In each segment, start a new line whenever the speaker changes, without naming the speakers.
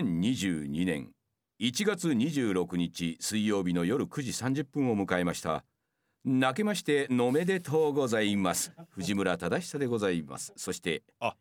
2022年1月26日水曜日の夜9時30分を迎えました泣けましてのめでとうございます藤村忠久でございますそして
あ、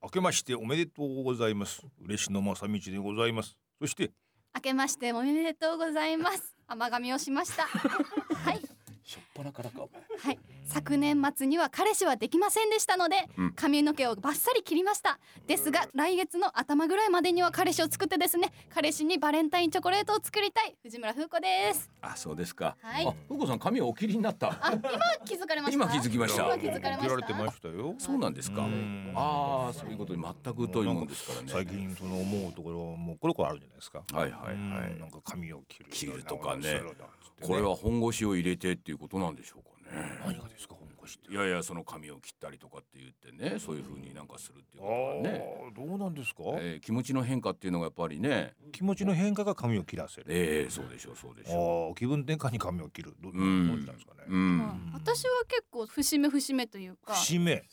明けましておめでとうございます。嬉野正道でございます。そして、
明けましておめでとうございます。甘噛みをしました。はい。
しょっぱなからかお前
はい。昨年末には彼氏はできませんでしたので、
うん
髪の毛をバッサリ切りました。ですが、来月の頭ぐらいまでには彼氏を作ってですね、彼氏にバレンタインチョコレートを作りたい藤村風子です。
あそうですか、
はい
あふうこさん髪をお切りになった
あ、今気づかれました。
今気づきました
今気づかれ
受
ま
けら
し
れて
た。
ましたよ。
そうなんですか
うん
ああそういうことに全く疎いもんですからね
最近その思うところはもうこれこれあるじゃないですか。
はいはいは
うん
い
なんか髪を切る。
切るとかね
なんそうだっつってね
これは本腰を入れてっていうことなんでしょうかね
何がですか本腰って。
いやいやその髪を切ったりとかって言ってねそういう風になんかするっていう
あ
ことがね、
あ、どうなんですか。
えー気持ちの変化っていうのがやっぱりね
気持ちの変化が髪を切らせる。
えー、そうでしょうそうでしょ
ああ、気分転換に髪を切る。どうど
う
うなん
ん
ですかね。
う
うん
ん
ん私は結構節目節目というか
節目。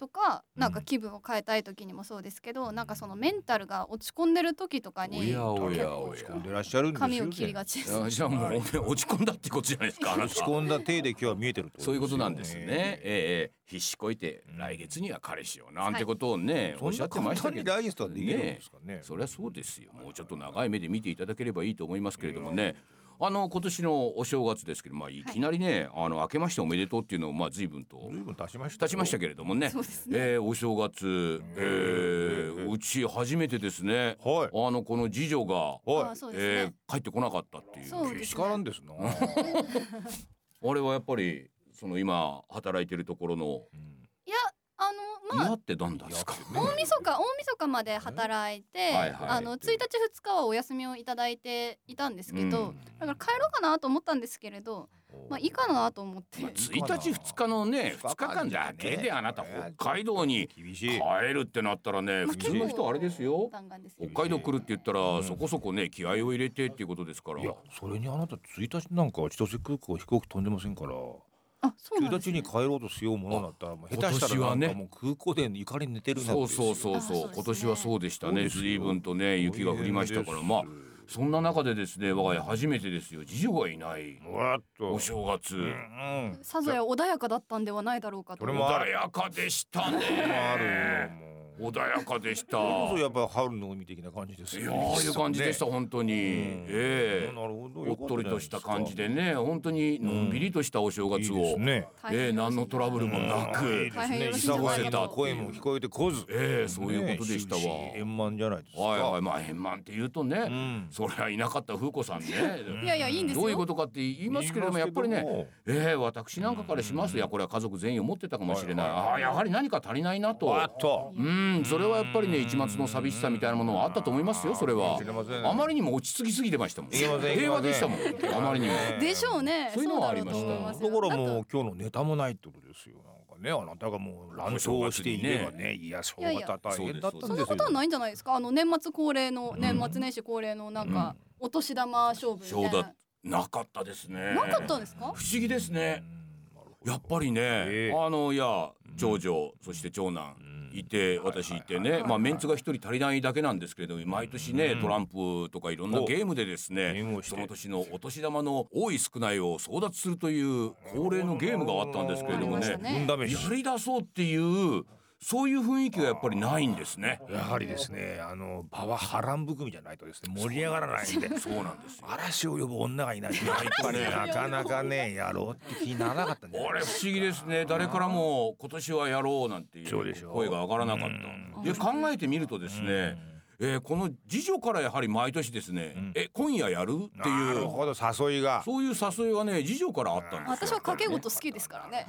とか
うん
なんか気分を変えたい時にもそうですけどなんかそのメンタルが落ち込んでる時と
お
かに
やおやお
落ち込んで
や
らっしゃるんですよ。
髪を切りがちです
あじゃあもうね落ち込んだってことじゃないですかあな
落ち
た
込んだ手で今日は見えてるってこと
そういうことなんですね、え
え
えええ必死こいて来月には彼氏をなん
は
て
い
ことをね、
そ
おっ
ん
しゃ
な
ってま
簡
した
単
け
に
ど
ダイエストはできるんですかね。
そりゃそうですよもうちょっと長い目で見ていただければいいと思いますけれどもね、あの今年のお正月ですけど、まあ、いきなりね、あの明けましておめでとうっていうのをまあ随分と
随分出しましたよ。
経ちましたけれどもね
そうですね
えーお正月、えーうち初めてですね、
はい
あのこの次女が、
は
あそうですね
えー帰ってこなかったっていう
そうです
い。
ね
けしからんです な。
あれはやっぱりその今働いてるところの
あのまあ
嫌ってなんだですか、
大晦日大晦日まで働いて、
はいはい
あの1日2日はお休みをいただいていたんですけど、
うん
だから帰ろうかなと思ったんですけれどまあいいかなと思って、
まあ、1日2日のね2日間だけであなた北海道に
厳しい。
帰るってなったらね
ま
普
あ
通の人あれですよ
弾丸ですよ
北海道来るって言ったらそこそこね気合を入れてっていうことですから
いやそれにあなた1日なんか千歳空港飛行機飛んでませんから
あそうなん
1
です、
日に
ね、
帰ろうとしようものだったらもう下手した
今年
ら
は
な
ね
んかもう空港で床に寝てるなんて
そうそうそう
あそう
そ
です
う
ね
今年はそうでしたね
そうですよ
随分とね雪が降りましたからまあそんな中でですね我が家初めてですよ次女がいない
もらっと
お正月
うん
さぞや穏やかだったんではないだろうかと
俺も
穏やかでした
あ
ね
るよもう
穏やかでした
それこそやっぱり春の海的な感じです
い
よ
やああいう感じでした
ね
本当に
うん
ええ
なるほど
おっとりとした感じでね本当にのんびりとしたお正
いいで
月
す
を、
ね
大変
ええ何の
です
ト
ね
ラブルもなく、
うんいいです
大変
ね
よろしいん
久
じゃ
越
ないか
た
と
声も聞こえてこず
ええそういうことでしたわ
ね終始円満じゃないですか
はいはいまあ円満って言うとね、
ん
そりゃいなかった風子さんね、
いやいやいいんですよ
どういうことかって言いますけれどもやっぱり
言います
ね
けども
ええ私なんかからしますといやこれは家族全員思ってたかもしれない、
はいはい
ああやはり何か足りないなと
あっと
うんそれはやっぱりね一抹の寂しさみたいなものはあったと思いますよそれ
か
は
もしれません
あまりにも落ち着きすぎてましたもん
いけませんいけません
平和でしたもんあまりにも
でしょうね
そういうのはありました
そうだろうと思いますよ
だからもう今日のネタもないってことですよなんかねあなたがもう乱闘していればねいや正
いやい
月
や
は大変だったんです
そ
よ
んなことはないんじゃないですかあの年末恒例の年末年始恒例のなんかお年玉勝負みたい
そう
な
だなかったですね
なかったんですか
不思議ですねやっぱりね、
ええ
あのいや長女そして長男いて私いてねまあメンツが一人足りないだけなんですけれども毎年ねトランプとかいろんなゲームでです
ゲ
ね
ームをして
その年のお年玉の多い少ないを争奪するという恒例のゲームがあったんですけれども
ありまし
ね
たね
運試
や
し
り出そうっていうそういう雰囲気がやっぱりないんですね。
やはりですねあの場は波乱含みじゃないとですね盛り上がらないんで
そうなんですよ
嵐を呼ぶ女がいないとやっ ぱねなかなかねやろうって気にならなかったんじゃ
あ
ない
れ
で
不
すか
思議ですね誰からも今年はやろうなんてい
そうでし
う
ょ
声が上がらなかったで考えてみるとですね、えーこの次女からやはり毎年ですね、え今夜やるって
な
いう
るほど誘いが
そういう誘いがね次女からあったんです
私
よ
は掛け事好きですからね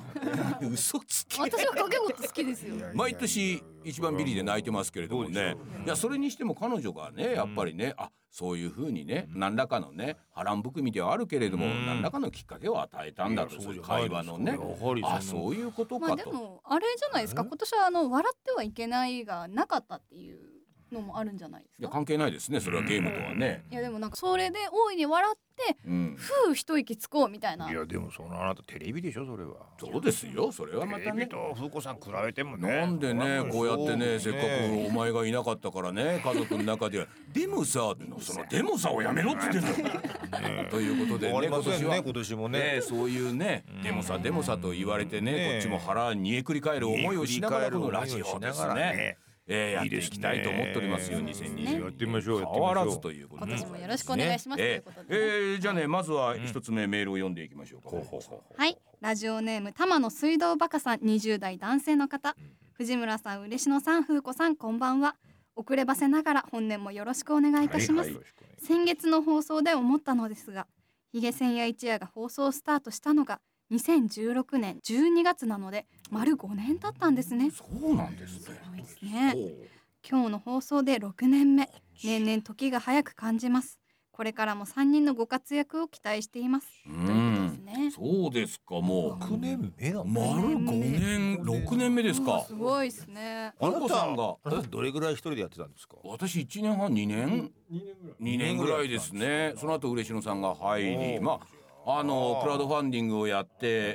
嘘つき
私は掛け事好きですよ
毎年一番ビリで泣いてますけれどもねいやそれにしても彼女がねやっぱりねあそういうふうにね何らかのね波乱含みではあるけれども何らかのきっかけを与えたんだ
い
と
や
そ
そうう
い
じ
う
ゃ
会
ないですか
話のね
やはりその
あそういうこと
まあ
か
で
と。
もあれじゃないですか今年はあの笑ってはいけないがなかったっていうのもあるんじゃないです
いや
か
関係ないですねそれはゲームとはね。
いやでもなんかそれで大いに笑って
うん、
ふう一息つこうみたいない
やでもそのあなたテレビでしょそれは。
そうですよそれはま
テ
た
レビ
ね。
と風子さん比べてもね。
なんでねこうやってねせっか
ね
くお前がいなかったからね家族の中では「でもさ」その「でもさ」をやめろって言ってんだよ。ということで
終わ
ね
りま
今
せん
年
ね
は
今年も
ね
ね。
そういうね「でもさでもさ」と言われてね
ね
こっちも腹にえくり返る思いをしながらこのラジ
振
オ
り返
で
る思いをしな
す
がら
ね
ね。
えーやっ
いい
てい
ですね
きたいと思っておりますよ
や
2020
ってみましょうやってみましょう
変わらずということ
今
で
年もよろしくお願いしますとい
え
うこと
え
で、ね
えーじゃあねまずは一つ目メールを読んでいきましょうか。
はいラジオネーム玉野水道バカさん20代男性の方藤村さん嬉野さん風子さんこんばんは遅ればせながら本年もよろしくお願いいたします、
はいはい
先月の放送で思ったのですがヒゲ千夜一夜が放送スタートしたのが2016年12月なので丸5年経ったんですねす
そうなんですね。
ごいですね今日の放送で6年目年々時が早く感じますこれからも3人のご活躍を期待しています
う
ということです
ん。
ね
そうですかもう
六年目だ。
丸五年六年目ですか
す。ごいですね
あの子さんが
あなたどれぐらい一人でやってたんですか。
私一年半二年二年ぐらいですね。その後嬉野さんが入り、
おー
まああのクラウドファンディングをやって、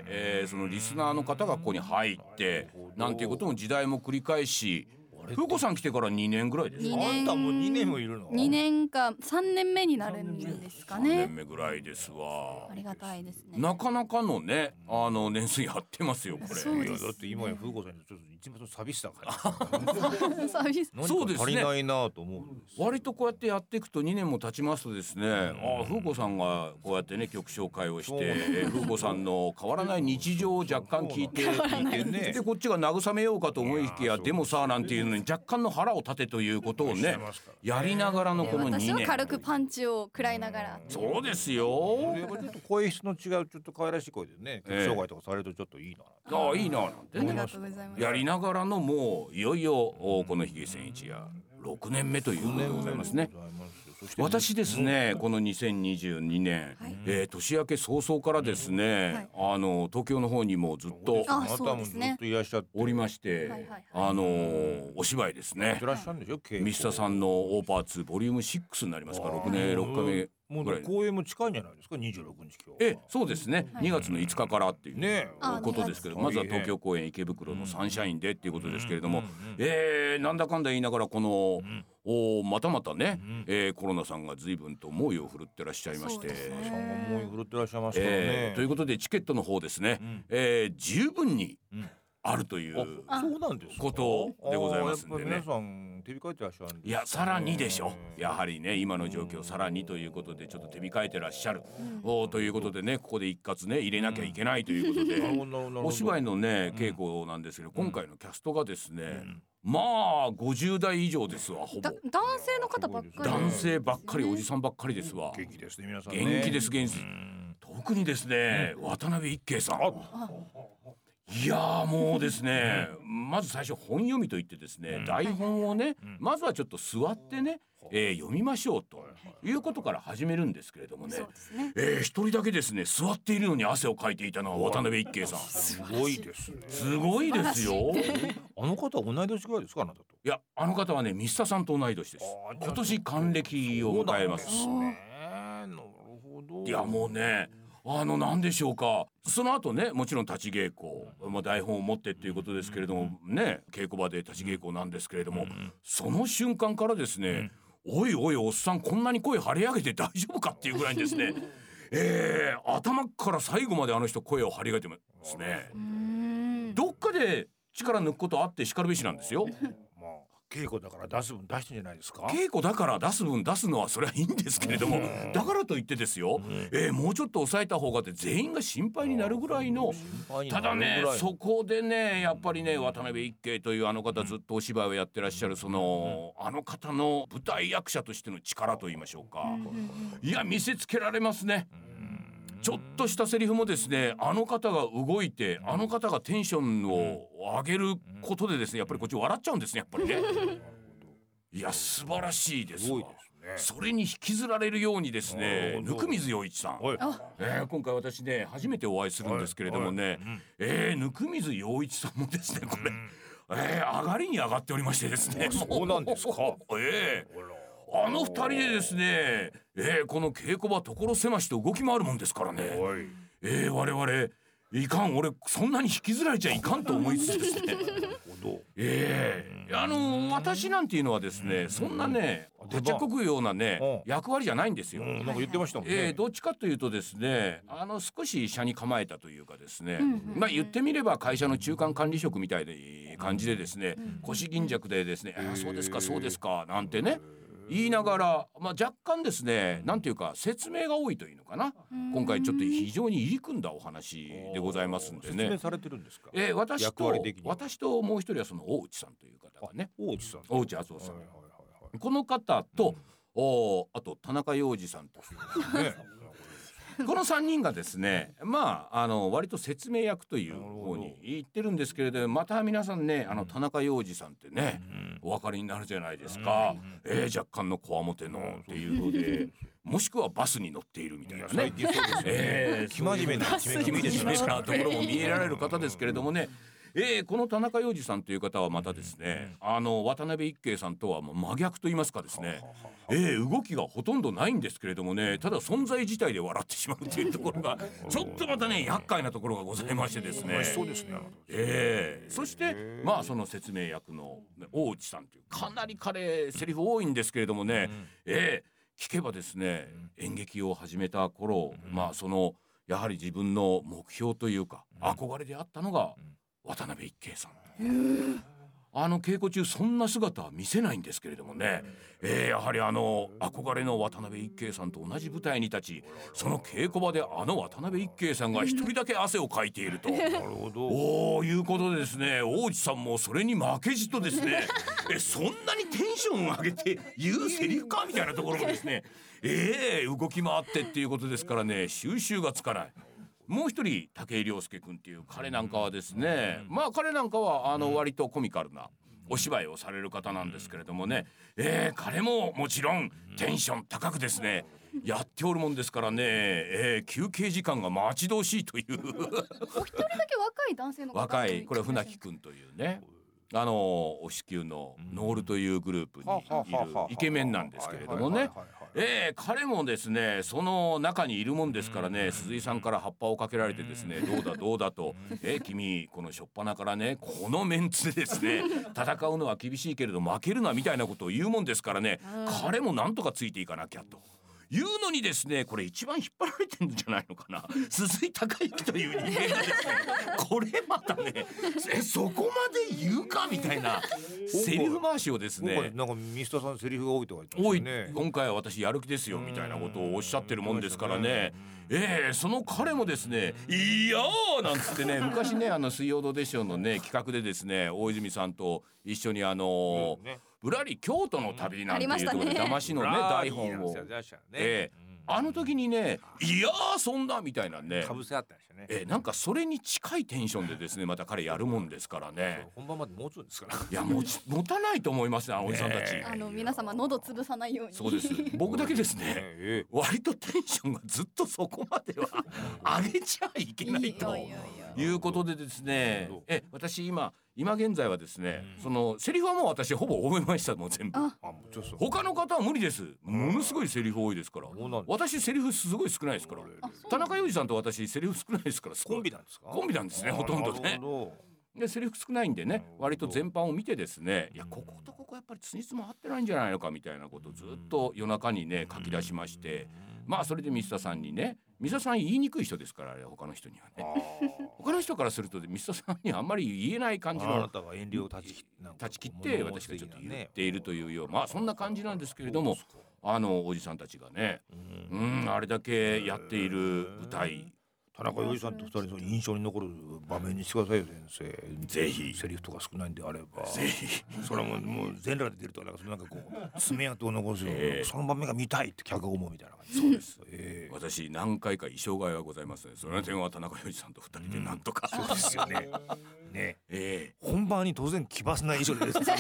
えーそのリスナーの方がここに入って、なんていうことも時代も繰り返し、風子さん来てから二年ぐらいです
二
か。
年
あんたもう二年もいるの。
2年か3年目になるんですか
三年目
ね
ぐらいですわ
あ。りがたいです ね
なかなかのね、あの年数やってますよこれ。
そう
い
で
や
す
だって今や風子さんにちょっと一番の寂しさから。
サービス
何
そう
か
ですね
足りないなと思うんですよ。
割とこうやってやっていくと2年も経ちますとですね、ああ風子さんがこうやってね曲紹介をして、
そう
えー風子さんの変わらない日常を若干聞いて
聞いてね
でこっちが慰めようかと思いき
いや
や
ー
でもさなんていうのに若干の腹を立てということをね
してますから
やりながらのこの
私
2
は
年
軽くパンチを食らいながら
そうですよ
やっぱちょっと声質の違うちょっと可愛らしい声でね、
ええ
障害とかされるとちょっといいな。
ああいいななんて
あり
ね
がとうございます
やりながらのもういよいよおこのひげ千一夜6年目ということでございますね。
ございますよ。そして
私ですねこの2022年、
はい
えー年明け早々からですね、あの東京の方にもずっと
あ
あなたもずっといらっしゃって。
おりまして、
はいはいはい
あのーお芝居です
やっ
ね
てらっしゃるんでしょ。稽古
ミスタさんのオーパー2ボリューム6になりますか6年6回
も
目
う
ぐらいで
公演も近いんじゃないですか。二十六日今日。
えそうですね、
はい
2月の5日からっていう、
ね
あ
ことですけど
2月
まずは東京公演池袋のサンシャインでっていうことですけれども、
うんうんうん
えーなんだかんだ言いながらこの、
ん
おまたまたね、
ん
えーコロナさんが随分と猛威を振るってらっしゃいまして。
そうですね
さんがもう振るってらっしゃいますからね。
えーということでチケットの方ですね、
ん
えー十分に
うん
あるという、
あそうなんですか
ことでございますんでね
あーやっぱり皆さん手控えてらっしゃるんですね
いやさらにでしょうやは
り
りね今の状況さらにということでちょっと手控えてらっしゃる、おーということでねここで一括ね入れなきゃいけないということで、
なるほどなるほど
お芝居
の
のね稽古なんですけど、今回のキャストがですね、まあ50代以上ですわほぼ
だ男性の方ばっかり
男性ばっかりおじさんばっかりですわ
元気ですね皆さんね
元気です
う
元気です
ん
特にですね、渡辺一慶さんいやーもうですねまず最初本読みと言ってですね、台本をね、まずはちょっと座ってね、えー読みましょうということから始めるんですけれどもね
そうですね
えー一人だけですね座っているのに汗をかいていたのは渡辺一慶さん
すごいですね
すごいですよ
あの方は同い年ぐらいですかあなたと
いやあの方はねミスタさんと同い年です
あーじゃあ
今年還暦を迎えます
そうなんですねなるほど
いやもうねあの何でしょうかその後ねもちろん立ち稽古、まあ、台本を持ってっていうことですけれどもね稽古場で立ち稽古なんですけれどもその瞬間からですね「おいおいおっさんこんなに声張り上げて大 丈夫か?」っていうぐらいにですねえー頭から最後まであの人声を張り上げてますね
うー。ん
どっかで力抜くことあってしかるべしなんですよ。
まあ稽古だから出す分出してんじゃないですか
稽古だから出す分出すのはそれはいいんですけれどもだからといってですよ、えーもうちょっと抑えた方がって全員が心配になるぐらいのただねそこでねやっぱりね渡辺一慶というあの方ずっとお芝居をやってらっしゃるそのあの方の舞台役者としての力と言いましょうかいや見せつけられますね。ちょっとしたセリフもですねあの方が動いてあの方がテンションを上げることでですねやっぱりこっち笑っちゃうんですねやっぱりね。いや素晴らしいです
す
わ
ごいですね
それに引きずられるようにですね
なるほど
温水洋一さん、
はい
えー今回私ね初めてお会いするんですけれどもね、えー温水洋一さんもですねこれ、えー、上がりに上がっておりましてですね。
あそうなんですか
ええあの二人でですね、えー、この稽古場所狭しと動き回るもんですからね。
はい
えー、我々いかん俺そんなに引きずられちゃいかんと思いつつです ね
ほ
ええあの私なんていうのはですね、
うん
そんなね
うん
はっちゃこくようなね、
うん
役割じゃないんです
ど、
よ。
うん、なんか言ってましたもんね、
えー、どっちかというとですねあの少し医者に構えたというかですね、
うんうんうん
まあ言ってみれば会社の中間管理職みたいな感じでですね、
うん
腰巾着でですね「ああそうです
へ
か
ー
そうですか」なんてね言いながら、まあ、若干ですねなんていうか説明が多いというのかな今回ちょっと非常に入り組んだお話でございますんで
説明
ね。
されてるんですか
えー、私
役
と
割的には
私ともう一人はその大内さんという方がね
大内さん
大内敦夫さん、
はいはい
この方と、おーあと田中洋二さんと
はいはいね
この3人がですねまああの割と説明役という方
なる
に
ほど
言ってるんですけれどまた皆さんねあ
う
の
ん
田中洋二さんってね、
うん
お分かりになるじゃないですか、えー、若干のこわもてのっていうの でもしくはバスに乗っているみたいなね
最。近そうですよね、
えー
生真面目な一面が見えてしまう
真面目なところも見えられる方ですけれどもね、えーこの田中洋二さんという方はまたですね、あの渡辺一慶さんとはもう真逆と言いますかですね、えー動きがほとんどないんですけれどもねただ存在自体で笑ってしまうというところがちょっとまたね厄介なところがございましてですね
楽し。そうですねあの
えーそしてまあその説明役の大内さんというかなり彼セリフ多いんですけれどもね、えー聞けばですね演劇を始めた頃、まあそのやはり自分の目標というか憧れであったのが渡辺一慶さん。あの稽古中そんな姿は見せないんですけれどもね、えーやはりあの憧れの渡辺一慶さんと同じ舞台に立ちその稽古場であの渡辺一慶さんが一人だけ汗をかいていると。
なるほど
おおいうことでですね王子さんもそれに負けじとです ねえそんなにテンションを上げて言うセリフかみたいなところもですね ええ動き回ってっていうことですからね収拾がつかない。もう一人武井亮介君っていう彼なんかはですね、まあ彼なんかはあの割とコミカルなお芝居をされる方なんですけれどもね、えー彼ももちろんテンション高くですねやっておるもんですからね、えー休憩時間が待ち遠しいという
お一人だけ若い男性の方
若いこれは船木
く
くんというねあのお子宮のノールというグループに
はあはいあはあはあ
るイケメンなんですけれども
はい
ね
はいはいはい
ええ彼もですねその中にいるもんですからね鈴井さんから葉っぱをかけられてですねどうだどうだとええ君この初っ端からねこのメンツでです ね戦うのは厳しいけれど負けるなみたいなことを言うもんですからね彼もなんとかついていかなきゃと。いうのにですねこれ一番引っ張られてるんじゃないのか な鈴井孝之という人間がですねこれまたねえそこまで言うかみたい なセリフ回しをです
今
ね
回なんかミスターさんセリフが多いとか言
お
って
い
ましたね
今回は私やる気ですよみたいなことをおっしゃってるもんですからね。ええその彼もですね「いやー!」なんつってね昔ねあの「水曜どうでしょう」のね企画でですね大泉さんと一緒にあの
うんね
ぶらり京都の旅」なんていうところ
あ
で
りまし
騙し
たね
のね台本を。ええあの時にね「いやーそんな」みたいなね
か。ぶせあったんでしたね
ええなんかそれに近いテンションでですねまた彼やるもんですからね
本番まで持つんですから
いや持ち持たないと思いますねあのおじさんたち、
ね
あの皆様喉潰さないように
そうです僕だけですね
ええ
割とテンションがずっとそこまでは上げちゃいけないと
いやいやいや
いうことでですね
なるほど
え私今今現在はですねそのセリフはもう私ほぼ覚えましたもう全部
あ
あもうちょっと
他の方は無理ですものすごいセリフ多いですから
そうなんです
私セリフすごい少ないですから
あそう
田中裕二さんと私セリフ少ないですから
コンビなんですか
コンビなんですねほとんどね
あなるほ
でセリフ少ないんで
なる
ね
ほど
割と全般を見てですねいやこことここやっぱりつにつま合ってないんじゃないのかみたいなことをずっと夜中にね書き出しましてまあそれで水田さんにね水田さん言いにくい人ですからあれ他の人にはね
ど
他の人からすると水田さんにはあんまり言えない感じ
あな
の
たが遠慮を断ち切なんか
断ち切って私がちょっと言っているというようまあそんな感じなんですけれどもあのおじさんたちがねうんあれだけやっている舞台
田中洋二さんと二人の印象に残る場面にしてくださいよ先生ぜひセリフとか少ないんであればぜひそれはもうもう全裸で出るとかなんかそのなんかこ う爪痕を残すような、
ええ
その場面が見たいって客が思うみたいな感じそうです、ええ
私何回か衣装替えはございますねその点は田中裕二さんと二人でなんとか、
そうですよねね
ええ
本番に当然奇抜な衣装で出てきて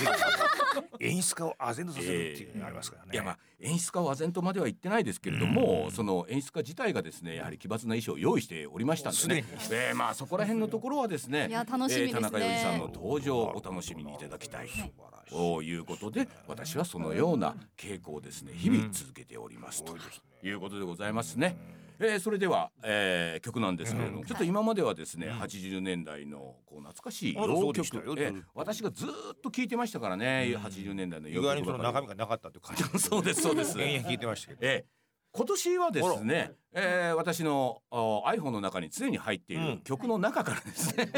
演出家を唖然とさせるっていうのがありますからね。
いやまあ演出家は唖然とまでは言ってないですけれども、その演出家自体がですねやはり奇抜な衣装を用意しておりましたんでね
もう
えーまあそこら辺のところはですね
いや楽しみですね
田中裕二さんの登場をお楽しみにいただきたいということで私はそのような傾向をですね日々続けておりますということでございますね。えーそれでは、えー曲なんですけれども、ちょっと今まではですね、80年代のこう懐かしい
あそ
洋
うでした
曲
よ、
えー私がずーっと聴いてましたからね、80年代の
意
洋曲
外にその
ばか
中
り
身がなかったっていう感じ。
そうですそうです
延々聞いてましたけど。
ええ今年はですね、えー私のお iPhone の中に常に入っていうる
ん
曲の中からですね、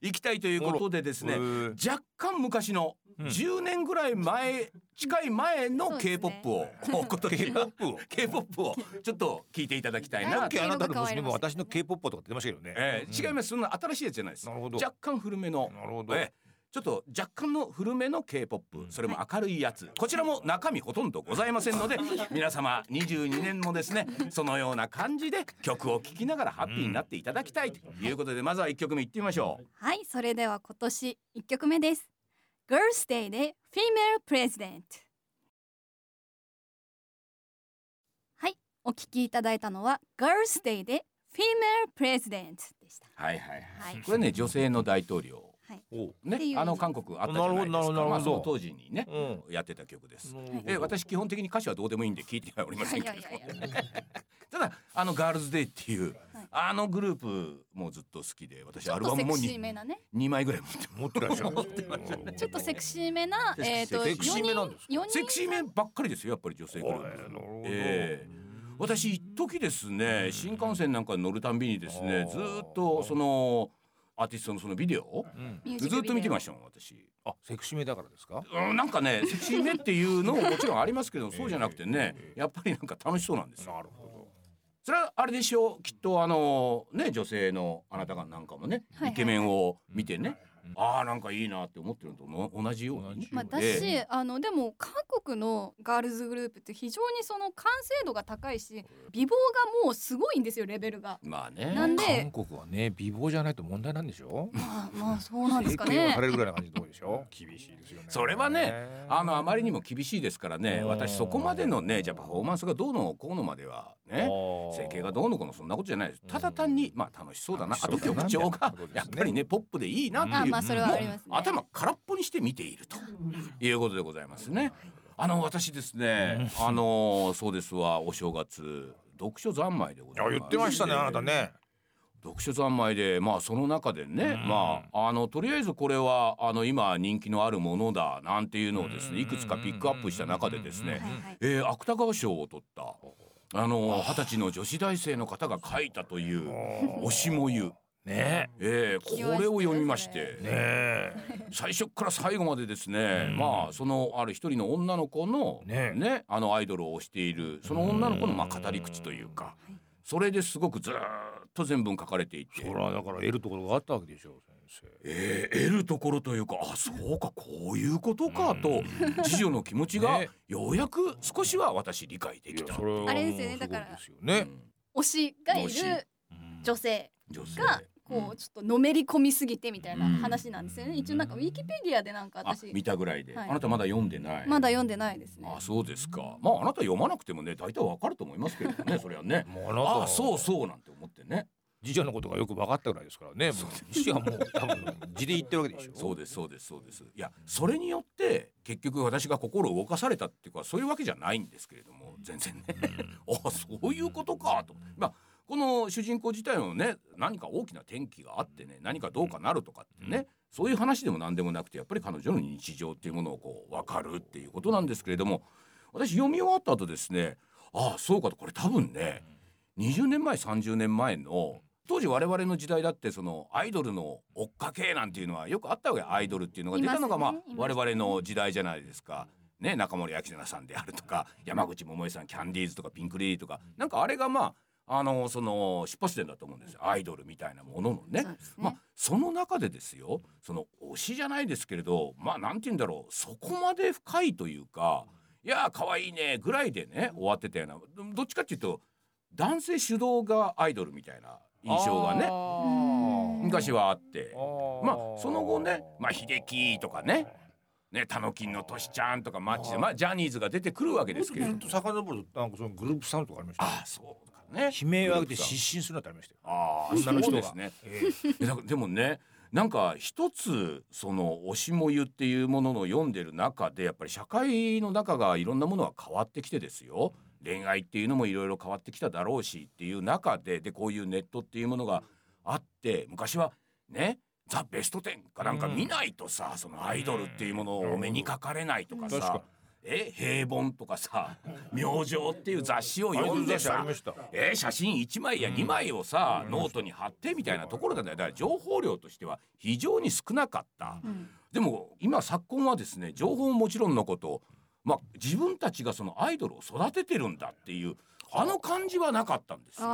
行きたいということでですね
あらへー
若干昔の
うん
10年ぐらい前近い前
そ
の
うですね
K-POP を今年は K-POP をちょっと聞いていただきたい
さ
なと
っき
だ
あ
いぶ
なたの
変わ
娘
り
も
ましたね
私の K-POP とか出てましたけどね。
えー違い
ま
ますそんな新しいやつじゃないです
なるほど
若干古めの
なるほど
えーちょっと若干の古めの K-POP それも明るいやつこちらも中身ほとんどございませんので皆様22年もですねそのような感じで曲を聴きながらハッピーになっていただきたいということでまずは1曲目いってみましょう
はいそれでは今年一曲目です Girls Day で Female President はいお聞きいただいたのは Girls Day で Female President でした
はいはい
はい
これね女性の大統領
はい
おう
ってい
ね
う
あの韓国あったじゃないで
なる
す
ほどな
か
るほど
まあその当時にね
うん。
やってた曲です
ほど
えー私基本的に歌詞はどうでもいいんで聞いてはおりません
い
け
や
ど
いやいや
ただあのガールズデイっていう、
はい
あのグループもずっと好きで私
ちょ
ア
っ
ルバ
と
ム
セ
も
クシー
に
めなね
2枚ぐらい持って
持ってらっしゃる。
ちょっとセクシーめなえっ、と
セクシーめ
なんですか
4
ます
人
セクシーめばっかりですよやっぱり女性グルー
はいな
プ
るほど。
ええ私一時ですね新幹線なんかに乗るたんびにですね
あー
ずーっとそのアーティストのそのビデオを
うん
ミュージック
ずっと見てま
し
したもん私。
あ、セクシーめだからですか。
うんなんかねセクシーめっていうのももちろんありますけどそうじゃなくてねやっぱりなんか楽しそうなんですよ。
なるほ
それはあれでしょうきっとあのね女性のあなたがなんかもね、
はいはい
イケメンを見てね、ああなんかいいなって思ってるのとも同じようにね、
まあ、だし、
ええ
あのでも韓国のガールズグループって非常にその完成度が高いし美貌がもうすごいんですよレベルが。
まあね
なん
ど。
で
韓国はね、美貌じゃないと問題なんでしょ。
まあまあそうなんですか
整形はさ
ね。
れるぐらいの感じのところでしょ。厳しいですよね。
それはねあのあまりにも厳しいですからね
うん
私そこまでのねじゃあパフォーマンスがどうのこうのまではね整
整
形がどうのこうのそんなことじゃないですただ単にまあ楽しそうだな
楽し
あ
そ
と
うだな
曲調
みた
が
いなことで
やっ
すね
ぱりねポップでいいなっていう
あまあそれはありますね
もう頭空っぽにして見ているということでございますね。あの私ですね、あのそうですわお正月読書三昧でござい
あ
ます。
言ってましたねあなたね。
読書三昧でまあその中でね、
うん
まああのとりあえずこれはあの今人気のあるものだなんていうのをですねいくつかピックアップした中でですね
はい、はい、
えー、芥川賞を取ったあの二十歳の女子大生の方が書いたという「推しもゆ」
ね
えー
きましたね
これを読みまして
え。ねえ。
最初から最後までですね、
うん
まあそのある一人の女の子のね
ね
あのアイドルを推しているその女の子のまあ語り口というか、それですごくずーっと全文書かれていて
ほ。らだから得るところがあったわけでしょ先生。
えー、得るところというかあそうかこういうことかと次女の気持ちが
ね
ようやく少しは私理解で
い
き
や
た
そ。れはもう
あれですよね
すごい
だから
ですよ
う
ね。
ん
推しがい
推し
る女性
女性
がこうちょっとのめり込みすぎてみたいな
うん
話なんですよね。一応なんかウィキペディアでなんか
あ
私
見たぐらいで、
はい
あなたまだ読んでない。
まだ読んでないですね
あ。そうですか。まああなた読まなくてもね大体わかると思いますけれどねそれはね。
もうあなた
あそうそうなんて思ってね。
次女のことがよく分かったぐらいですからね。もう父はもう多分字で言ってるわけでしょ。
そうですそうですそうですいやそれによって結局私が心を動かされたっていうかそういうわけじゃないんですけれども全然ね あそういうことかとまあこの主人公自体のね何か大きな転機があってね何かどうかなるとかってねそういう話でも何でもなくてやっぱり彼女の日常っていうものをこう分かるっていうことなんですけれども私読み終わった後ですねああそうかとこれ多分ね20年前30年前の当時我々の時代だってそのアイドルの追っかけなんていうのはよくあったわけアイドルっていうのが
い
出
ます
たの
ね
がまあ
いますね
我々の時代じゃないですか。ね、中森明菜さんであるとか山口百恵さんキャンディーズとかピンク・レディーとかなんかあれがまああのその出発点だと思うんですよアイドルみたいなもののね。
そうですね
まあ、その中でですよその推しじゃないですけれどまあなんて言うんだろうそこまで深いというかいやー可愛いねぐらいでね終わってたようなどどっちかっていうと男性主導がアイドルみたいな印象がね
うん
昔はあって
あー
まあその後ね、まあ、秀樹とかねねタノキンのトシちゃんとかマッチでまあジャニーズが出てくるわけですけれども
さかのぼるとなんかそのグループサウンドがありましたよ
ああそうかね
悲
グル
鳴を上げて
ープさん
失神するなってありましたよ
ああ
女の人
そう
が
ですね
ええ
えだからでもねなんか一つその「推しもゆ」っていうものの読んでる中でやっぱり社会の中がいろんなものは変わってきてですよ恋愛っていうのもいろいろ変わってきただろうしっていう中ででこういうネットっていうものがあって昔はねザ・ベストテンかなんか見ないとさ、そのアイドルっていうものをお目にかかれないとか
確
さ
か
「え平凡」とか さ「明星」っていう雑誌を
アイド
読ん
ル
で
雑誌あ
さ
りました
えー写真1枚や2枚をさ、ノートに貼ってみたいなところなんだよだから情報量としては非常に少なかった、
ん
でも今昨今はですね情報ももちろんのこと、まあ、自分たちがそのアイドルを育ててるんだっていうあの感じはなかったんですよ昔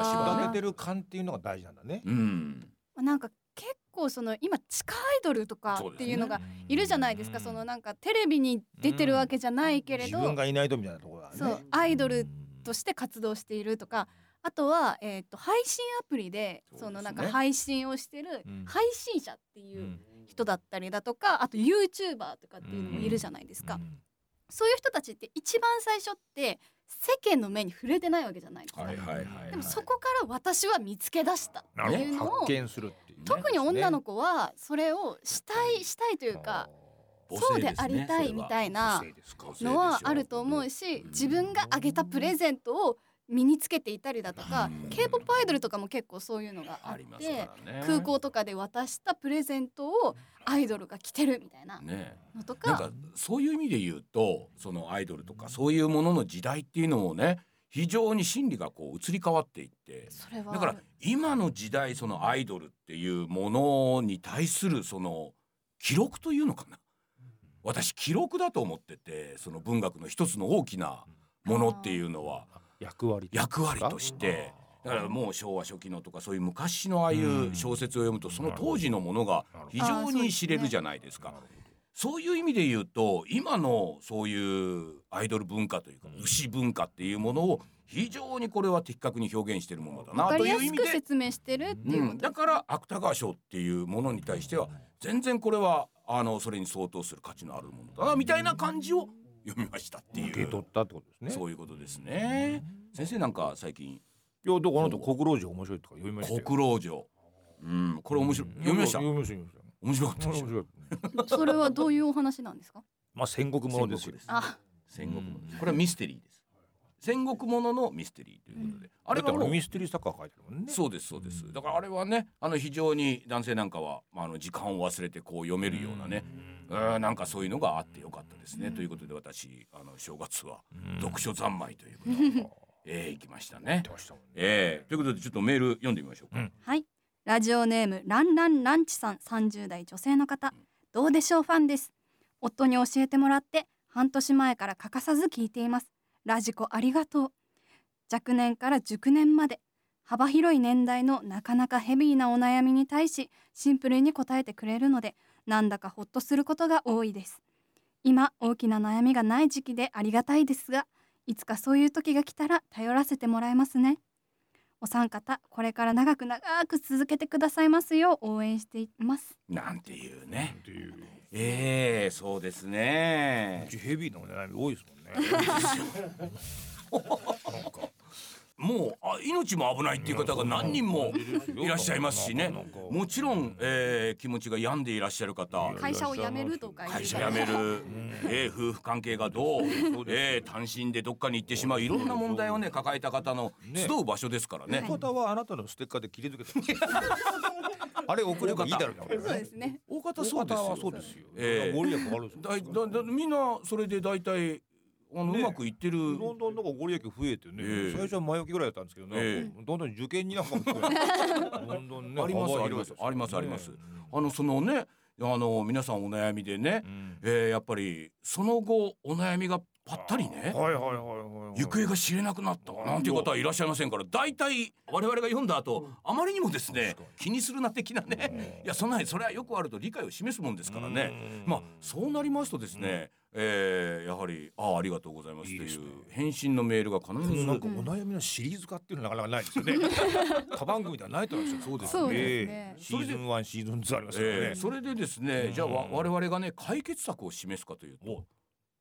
あー
は
育
ね。
ててる感っていうのが大事なんだね
うん
なんか結構その今地下アイドルとかっていうのがいるじゃないですかそのなんかテレビに出てるわけじゃないけれ
自分
ど
がいないとみたいなところがね
そうアイドルとして活動しているとかあとは、えー、と配信アプリで
そうですね
そのなんか配信をしてる
うん
配信者って
う
いうん人だったりだとかあと YouTuber とかっていうのもいるじゃないですか、そういう人たちって一番最初って世間の目に触れてないわけじゃないですか、
はいはいはいはい
でもそこから私は見つけ出した
な
ってい
る
う
ほ
の
ど
を、
発見するっていうね
特に女の子はそれをしたいしたいというかそうでありたいみたいなのはあると思うし自分があげたプレゼントを身につけていたりだとか
うん
k p o p アイドルとかも結構そういうのがあ
あ
っ
りますか
て
らね
空港とかで渡したプレゼントをアイドルが着てるみたいな
ね
のと
なん
か
かそういう意味で言うとそのアイドルとかそういうものの時代っていうのをね非常に心理がこう移り変わっていって
それは
だから今の時代そのアイドルっていうものに対するその記録というのかな私記録だと思っててその文学の一つの大きなものっていうのは
役割
役割としてだからもう昭和初期のとかそういう昔のああいう小説を読むとその当時のものが非常に知れるじゃないですか。そういう意味で言うと今のそういうアイドル文化というか牛文化っていうものを非常にこれは的確に表現しているものだ
分
なと
かり
い
や
う意
す
味
く
で
説明してるっていううこ
ん、
と
だから芥川賞っていうものに対しては全然これはあのそれに相当する価値のあるものだなみたいな感じを読みましたってい
受け取
う
ったってことですね
そういうことですね。先生なんか最近
いやだからあなた国老城面白いとか読
「
みましたよ
国老城」うんこれ面白い読みました
読みました読みました
面白かったで
面
しょ
白い
それはどういうお話なんですか
まあ戦国ものですよ
あ
戦国ものですこれはミステリーです戦国もののミステリーということで、あ
あ
れ
れ
はもう
ミステリーサッカー書いてるもんね
そうですそうですだからあれはねあの非常に男性なんかは、まあ、あの時間を忘れてこう読めるようなねうんなんかそういうのがあってよかったですね、ということで私あの正月は読書三昧という ことで、えー行きましたね。
ましたもんね
えーということでちょっとメール読んでみましょうか。
はいラジオネームランランランチさん30代女性の方どうでしょうファンです夫に教えてもらって半年前から欠かさず聞いていますラジコありがとう若年から熟年まで幅広い年代のなかなかヘビーなお悩みに対しシンプルに答えてくれるのでなんだかほっとすることが多いです今大きな悩みがない時期でありがたいですがいつかそういう時が来たら頼らせてもらえますねお三方これから長く長く続けてくださいますよう応援しています
なんていうね。
っていう
えー、そうです
う
ね。
ちヘビーなお悩み多いですもんね
もうあ命も危ないっていう方が何人もいらっしゃいますしね。もちろん、えー気持ちが病んでいらっしゃる方。
会社を辞めるとか言
会
う
社
から
辞める、えー夫婦関係がどう、えー単身でどっかに行ってしまういろんな問題をね抱えた方の集う場所ですからね
ね方はあなたのステッカーで切り抜けた あれ送ればいいだろうね
そうですね
大
大
方そうで
方
すよ
はそうですよ
ええ
ご利益あるんですよ
だいだだみんなそれで大体あの、
ね
うまくいってる
どんどんなんかご利益増えてね、
ええ
最初は前置きぐらいだったんですけどね、
え
どんどん受験になんかも増 えてどんどんね
あります
幅
あり
広い
ま
ですよね
ありますあります、あのそのねあの皆さんお悩みでね、
うん
えーやっぱりその後お悩みがぱったりね
はいはいはいはいはい
行方が知れなくなったなんていう方はいらっしゃいませんから大体我々が読んだ後あまりにもですね気にするな的なねいやそんなにそれはよくあると理解を示すもんですからねまあそうなりますとですねえーやはり「ああありがとうございます」
いい
と
です
い
ね
う返信のメールが必
この
ず
なんかお悩みのシリーズ化っていうのはなかなかないですよね。他番組ではないと思いますよ。そうです
そうですね
シーズンワン、シーズンツーありますから
え
ね
ー。それでですね、
うん
じゃあわ我々がね解決策を示すかというと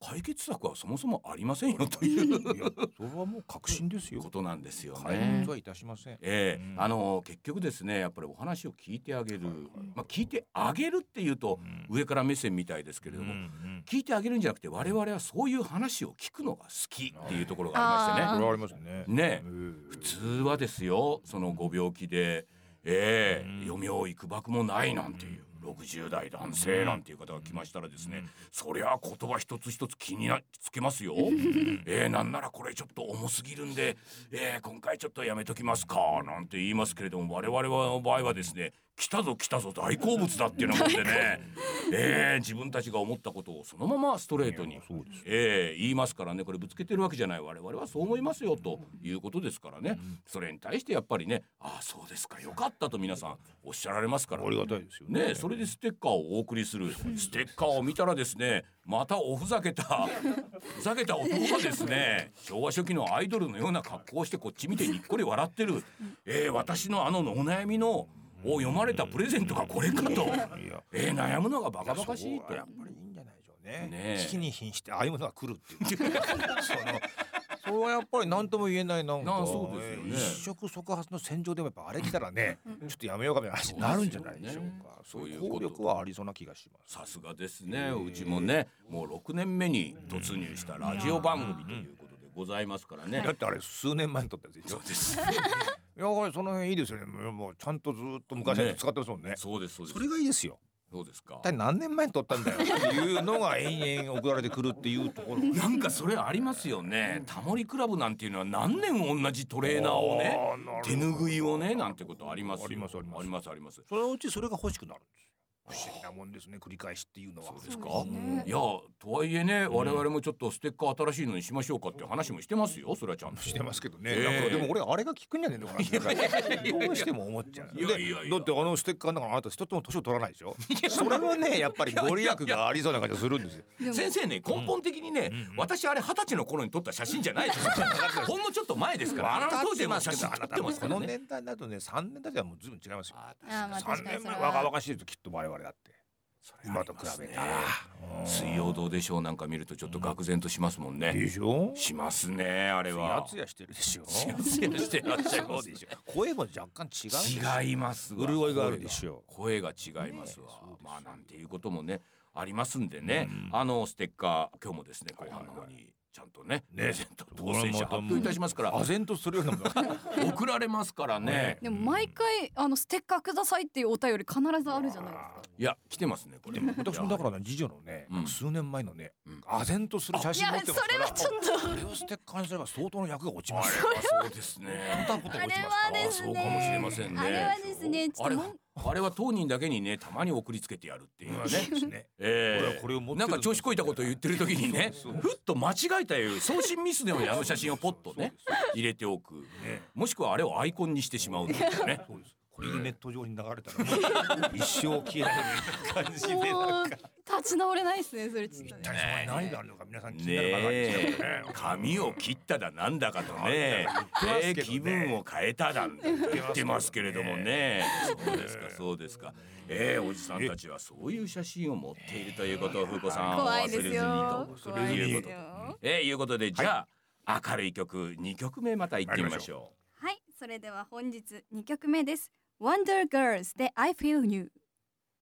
解決策はそもそもありませんよという
いや、それはもう確信ですよ
こ。となんですよ
解
ね
決。はいたしません。
ええ
うん
あの結局ですねやっぱりお話を聞いてあげる、まあ、聞いてあげるっていうと
うん
上から目線みたいですけれども、
うん
聞いてあげるんじゃなくて我々はそういう話を聞くのが好きっていうところがありま
こ
し
れ
てね
はありますよね。
ね
え
普通はですよそのご病気で、ええ余命をいくばくもないなんていう60代男性なんていう方が来ましたらですねそりゃあ言葉一つ一つ気になつけますよ。ええなんならこれちょっと重すぎるんで、ええ今回ちょっとやめときますかなんて言いますけれども我々の場合はですね来たぞ来たぞ大好物だっていうのもんで ね、ええ自分たちが思ったことをそのままストレートに
いやそうですよ
ええ言いますからねこれぶつけてるわけじゃない我々はそう思いますよということですからねそれに対してやっぱりねああそうですかよかったと皆さんおっしゃられますから
ありがたいですよね。
ね、それでステッカーをお送りするステッカーを見たらですねまたおふざけたふざけた男がですね昭和初期のアイドルのような格好をしてこっち見てにっこり笑ってる、えー私のあのお悩みのを読まれたプレゼントがこれかと、
いや。
えー悩むのがバカバカしい
そ
と
うはやっぱりいいんじゃないでしょうね。
ねえ
危機に瀕してああいうものが来る っていう。そのそれはやっぱり何とも言えないなん
な
か
あそうですよね
一触即発の戦場でもやっぱあれ来たらね ちょっとやめようかみたいな話になるんじゃないでしょうか
そう
そう
です
い
よ
う
ね
効力はありそうな気がします
さすがですねうちもねもう6年目に突入したラジオ番組ということでございますからね。
だってあれ数年前に撮ったやつでしょ
そうです
いやこれその辺いいですよねもうちゃんとずっと昔のやつ使ってますもんね
そうですそうです
それがいいですよ
そうですか
一体何年前に撮ったんだよっていうのが延々送られてくるっていうところが
なんかそれありますよね。タモリクラブなんていうのは何年同じ トレーナーをね
あーなるほど
手拭いをねなんてことありますよ
ありますあります
ありますあります
そのうちそれが欲しくなるんですよ不思議なもんですね繰り返しっていうのはそう
ですか
そうですね
いやとはいえね我々もちょっとステッカー新しいのにしましょうかって話もしてますよそれはちゃんと
してますけどね、
ええ
なんかでも俺あれが効くんじゃねえのかなってどうしても思っちゃう
いやいやいや
でだってあのステッカーだからあなた一つも年を取らないでしょそれはねやっぱりご利益がありそうな感じがするんですよ
でも
先生ね根本的にね、私あれ二十歳の頃に撮った写真じゃないですよ ほんのちょっと前ですからあの当時も写真撮ってますか
こ
ら
の
ね
年代だとね三年代ではもうずいぶん違いますよ
あー
あーまあ
三
確かに
年
それ
前
は
若々しいときっと我々だって
それ
今と比べた
あ
ら
りますね水曜どうでしょうなんか見るとちょっと愕然としますもんね
でしょ
しますねあれは
やつやしてるでしょ
つやつやしてらっしゃいます
声も若干違うんですよ
違いますわ
潤いがあるでしょ
声が声が違いますわ、まあなんていうこともねありますんでね、あのステッカー今日もですね後半の方にちゃんとね、プレゼント当選者発表いたしますから
唖然とするようなもの
送られますからね
でも毎回あのステッカーくださいっていうお便り必ずあるじゃないですか。
いや来てますねこれ
私もだからね次女のね、
うん
数年前のね、
うん
唖然とする写
い
真持
や
ってますか
それ
ら
はちょっと
これをステッカーにすれば相当の役が落ちますよ
そうですね
そんなこと
あ
落
れ
ちます
は
か
です
そ
ね。
うかもしれませんね
あれはですね。ちょ
あ
っ
れ
と
は
もん
あれは当人だけにねたまに送りつけてやるっていうね、
うんそうですね俺
え
はこれを持って
な
る
んか調子こいたことを言ってる時にね
そうそう
ふっと間違えたいう送信ミスでもねあの写真をポッ とね入れておく
ね
もしくはあれをアイコンにしてしまうっていう ね
そうですこれがネット上に流れたらもう一生消えない感じで
もう立ち直れないですね。それちょっと
一
ね。
体そこに何があるのか皆さん気になる
ね
かな
え髪を切っただなんだかとね
言ってま
え
すけどね
ー気分を変えただんて言ってますけれどもねそうですかそうですかえーおじさんたちはそういう写真を持っているということを風子さんお
怖
忘れ
い
ず
で
に
すよ
と。
怖い
いうこ
です
と
よ。
えーいうことでじゃあ明るい曲二曲目また行ってみましょう
はい、それでは本日2曲目です。Wonder Girls で I Feel You。